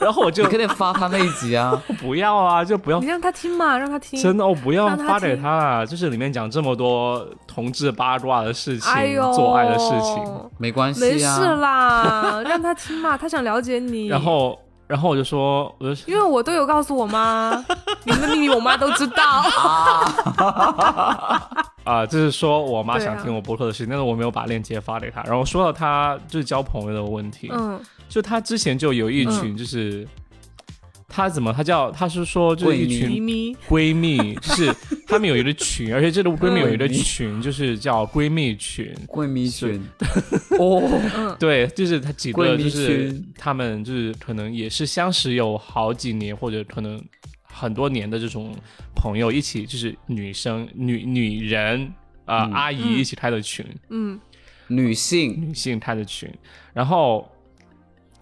然后我就哦你可以发他那一集啊。 不要啊，就不要你让他听嘛，让他听。真的，我不要让他发给听他了。就是里面讲这么多同志八卦的事情、哎呦，做爱的事情，啊没关没系事啊，啦，让他听嘛，他想了解你。然后然后我就说，我就因为我都有告诉 我妈，你们的秘密我妈都知道。啊，就是说我妈对想啊听我播客的事情，但是我没有把链接发给她。然后说到她就是交朋友的问题，嗯，就他之前就有一群，就是、他怎么他叫他是说就是一闺蜜咪群咪，闺蜜，就是他们有一个群，而且这个闺蜜有一个闺蜜群，就是叫闺蜜群。贵迷群。 哦，嗯，对，就是他几个闺蜜就是群他们就是可能也是相识有好几年或者可能很多年的这种朋友一起，就是女生女女人啊、嗯阿姨一起开的群，嗯，女性女性开的群，然后，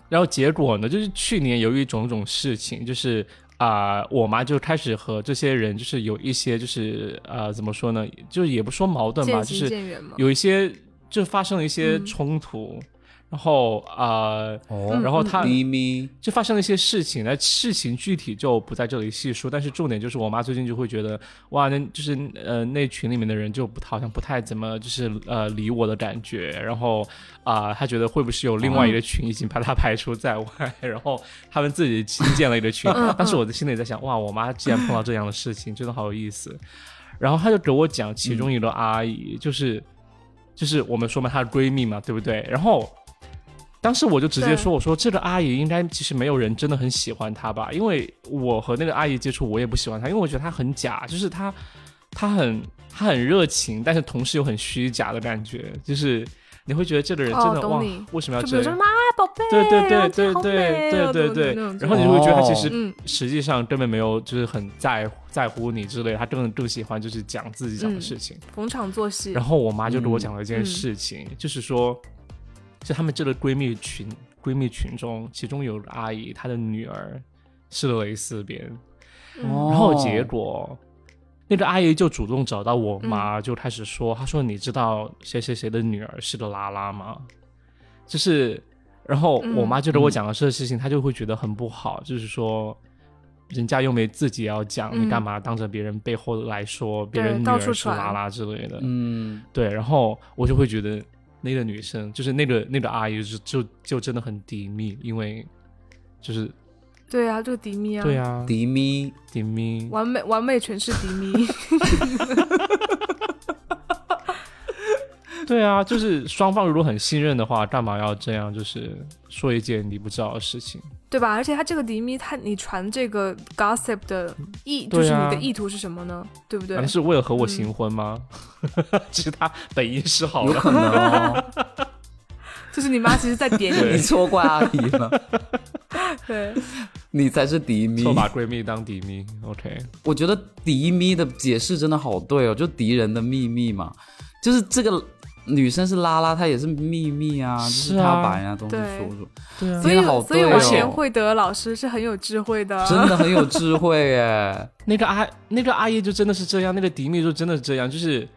然后结果呢，就是去年由于种种事情，就是啊、我妈就开始和这些人就是有一些就是呃怎么说呢，就是也不说矛盾吧，渐就行是渐远嘛。有一些就发生了一些嗯冲突，然后呃，哦然后她。咪咪就发生了一些事情，那事情具体就不在这里细说，但是重点就是我妈最近就会觉得，哇，那就是呃那群里面的人就不好像不太怎么就是呃理我的感觉，然后啊、她觉得会不会是有另外一个群已经把她排除在外， 然后他们自己新建了一个群嗯，但是我的心里在想，哇，我妈既然碰到这样的事情，真的好有意思。然后她就给我讲其中一个阿姨，就是就是我们说嘛，她的闺蜜嘛，对不对？然后当时我就直接说，我说这个阿姨应该其实没有人真的很喜欢她吧，因为我和那个阿姨接触，我也不喜欢她，因为我觉得她很假，就是她她很她很热情，但是同时又很虚假的感觉，就是你会觉得这个人真哦的、懂哇你，为什么要就比这如说样？妈宝贝，对对然后对对好美对哦对对对，那种然后你就会觉得她其实嗯实际上根本没有，就是很在乎在乎你之类，他更更喜欢就是讲自己讲嗯的事情。逢场作戏然，后我妈就给我讲了一件嗯事情，就是说，就她们这个闺蜜群闺蜜群中，其中有个阿姨，她的女儿是蕾丝边，嗯然后结果。那个阿姨就主动找到我嗯妈，就开始说：“她说你知道谁谁谁的女儿是个拉拉吗？”就是，然后我妈就给我讲了这个事情，她就会觉得很不好，就是说，人家又没自己要讲，嗯你干嘛当着别人背后来说别对人女到儿处是拉传拉之类的？嗯，对，然后我就会觉得那个女生，就是那个那个阿姨就，就就真的很低密，因为就是对啊，这个迪咪啊，对啊，迪咪，迪咪，完美完美诠释迪咪， 对啊，就是双方如果很信任的话，干嘛要这样？就是说一件你不知道的事情。对吧？而且他这个迪咪，他你传这个 gossip 的意，对就是啊你的意图是什么呢？对不对嗯难道？是为了和我行婚吗？ 其实他本意是好有的，可能哦，就是你妈其实在 点对你，你错怪阿姨 了，对，你才是迪咪。错把闺蜜当敌蜜。OK，我觉得迪咪的解释真的好对哦，就敌人的秘密嘛，就是这个女生是拉拉，她也是秘密啊，就是是啊她把人家东西对说出，对啊所以天好所以对王哦贤惠德老师是很有智慧的，真的很有智慧耶。那个阿那个阿姨就真的是这样，那个迪蜜就真的是这样，就是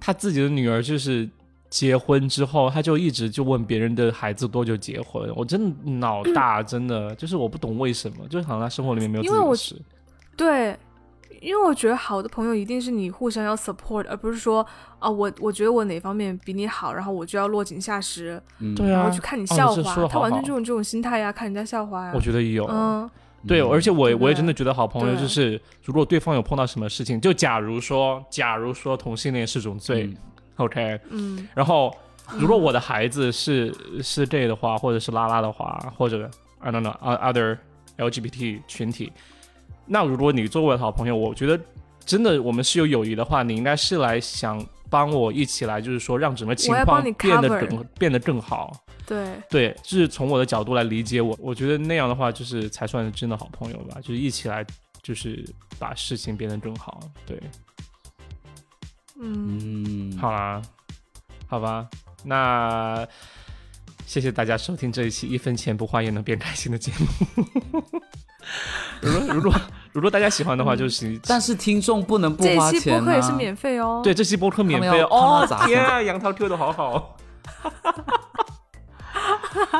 她自己的女儿就是结婚之后，她就一直就问别人的孩子多久结婚，我真的脑大，真的就是我不懂为什么，就是好像她生活里面没有因自为己的我事， 对，因为我觉得好的朋友一定是你互相要 support，而不是说啊，我我觉得我哪方面比你好，然后我就要落井下石，嗯，对然啊后去，看你哦笑这话。说得他好完全好这种这种心态呀、看人家笑话呀、我觉得有。嗯，对，而且我对不我也对真的觉得好朋友对就是，如果对方有碰到什么事情，就假如说，假如说同性恋是种罪、嗯 o k 嗯，然后如果我的孩子是是 gay 的话，或者是拉拉的话，或者 I don't know o- other LGBT 群体，那如果你作为我的好朋友，我觉得真的我们是有友谊的话，你应该是来想帮我一起来，就是说让整个情要况帮你变得 cover 更变得更好。对，对，就是从我的角度来理解我，我觉得那样的话，就是才算是真的好朋友吧，就是一起来，就是把事情变得更好。对，嗯，嗯，好啦，好吧，那谢谢大家收听这一期一分钱不花也能变开心的节目。如果如果如果大家喜欢的话，就是但是听众不能不这花一期播钱客也是啊免费哦。对这期播客免他们费要他们哦要！砸天啊，杨涛 Q 的好 好。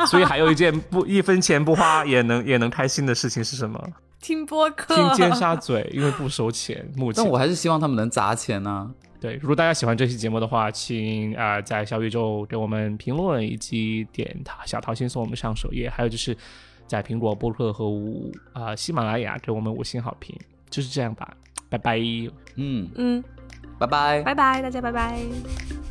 所以还有一件不一分钱不花也能也能开心的事情是 什么？听播客，听尖沙咀，因为不收钱。目前但我还是希望他们能砸钱啊呢、对，如果大家喜欢这期节目的话，请啊、呃在小宇宙给我们评论，以及点他小桃心送我们上首页，还有就是在苹果播客和五啊、喜马拉雅给我们五星好评，就是这样吧，拜拜。嗯，嗯，拜拜。拜拜，大家拜拜。